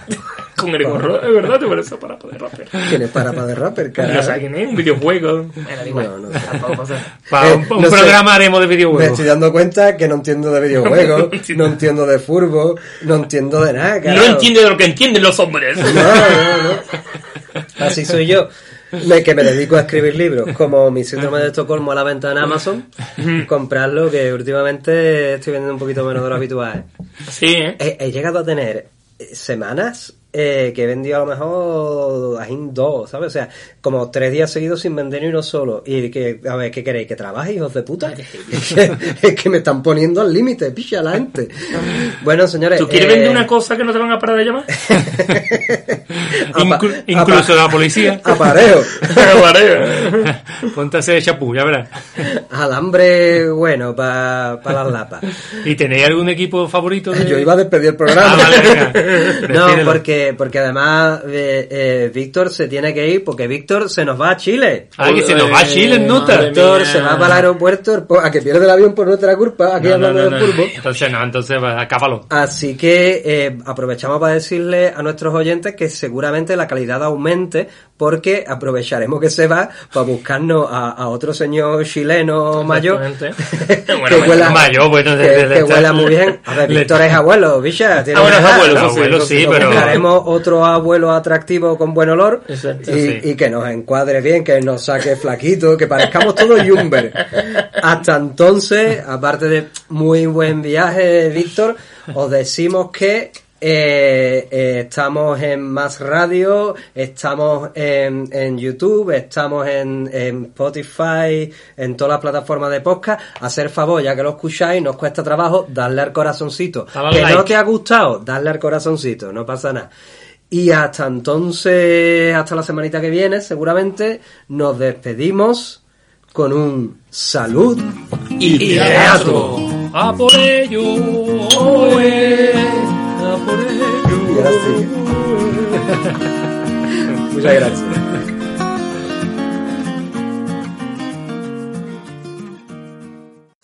Speaker 3: Con el gorro, es verdad, te parece para de Rapper.
Speaker 2: ¿Quién es para para de rapper, cara?
Speaker 3: No sé quién es, un videojuego. Bueno, da igual,
Speaker 2: No, no.
Speaker 3: tampoco pasa.
Speaker 4: Para
Speaker 2: Eh,
Speaker 4: un, un
Speaker 2: no sé.
Speaker 4: programa haremos de
Speaker 2: Me
Speaker 4: videojuegos.
Speaker 2: estoy dando cuenta que no entiendo de videojuegos, no entiendo de furbo, no entiendo de nada,
Speaker 3: No
Speaker 2: carajo.
Speaker 3: entiende de lo que entienden los hombres.
Speaker 2: No, no, no. Así soy yo. Me, que me dedico a escribir libros, como mi síndrome de Estocolmo a la venta en Amazon, comprarlo, que últimamente estoy vendiendo un poquito menos de lo habitual.
Speaker 3: Sí, ¿eh?
Speaker 2: He, he llegado a tener eh, semanas eh, que he vendido a lo mejor ajín dos, ¿sabes? O sea, como tres días seguidos sin vender ni uno solo. Y que, a ver, ¿qué queréis? ¿Que trabaje, hijos de puta? Es que, es que me están poniendo al límite, picha la gente. Bueno, señores.
Speaker 3: ¿Tú quieres
Speaker 2: eh,
Speaker 3: vender una cosa que no te van a parar de llamar?
Speaker 2: apa-
Speaker 4: Inclu- incluso
Speaker 2: apa-
Speaker 4: la policía.
Speaker 2: Aparejo.
Speaker 3: Vale.
Speaker 4: Ponte a hacer chapú, ya verás.
Speaker 2: Alambre bueno para las lapas.
Speaker 4: ¿Y tenéis algún equipo favorito? de-
Speaker 2: Yo iba a despedir el programa.
Speaker 4: Ah, vale, venga.
Speaker 2: No,
Speaker 4: Despídelo.
Speaker 2: porque, porque además eh, eh, Víctor se tiene que ir porque Víctor se nos va a Chile.
Speaker 4: Ay, que se nos va
Speaker 2: Eh,
Speaker 4: a Chile en nota.
Speaker 3: Madre mía.
Speaker 2: Víctor se va para el aeropuerto po- a que pierde el avión por nuestra culpa, aquí
Speaker 4: No, no,
Speaker 2: hablando
Speaker 4: no,
Speaker 2: del
Speaker 4: no.
Speaker 2: furbo.
Speaker 4: Entonces no, entonces va, acábalo.
Speaker 2: Así que eh, aprovechamos para decirle a nuestros oyentes que seguramente la calidad aumente porque aprovecharemos que se va para buscarnos a, a otro señor chileno mayor
Speaker 3: Exactamente.
Speaker 2: que
Speaker 3: Bueno,
Speaker 2: huela,
Speaker 4: mayor, bueno,
Speaker 2: que,
Speaker 4: de- de- de-
Speaker 2: que huela muy bien. A ver,
Speaker 4: Le-
Speaker 2: Víctor es abuelo, Villa. tiene
Speaker 3: Ah, bueno, es
Speaker 2: una edad.
Speaker 3: abuelo,
Speaker 4: Ah,
Speaker 3: eso sí,
Speaker 4: bueno,
Speaker 3: eso
Speaker 4: sí,
Speaker 3: sí,
Speaker 4: pero-
Speaker 2: Buscaremos otro abuelo atractivo con buen olor
Speaker 3: Exacto.
Speaker 2: y,
Speaker 4: Sí.
Speaker 2: y que nos encuadre bien, que nos saque flaquito, que parezcamos todos Jumber. Hasta entonces, aparte de muy buen viaje, Víctor, os decimos que eh, eh, estamos en Más Radio, estamos en, en YouTube, estamos en, en Spotify, en todas las plataformas de podcast. Hacer favor, ya que lo escucháis, nos cuesta trabajo, darle al corazoncito.
Speaker 4: Dale al
Speaker 2: Que no
Speaker 4: like.
Speaker 2: te ha gustado, darle al corazoncito, no pasa nada. Y hasta entonces, hasta la semanita que viene, seguramente nos despedimos con un salud
Speaker 3: Y teatro. Ah,
Speaker 4: A por ello,
Speaker 3: oh, eh.
Speaker 4: oe, a por
Speaker 2: Y
Speaker 4: ello.
Speaker 2: ahora sí. Muchas gracias.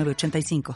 Speaker 5: 906985.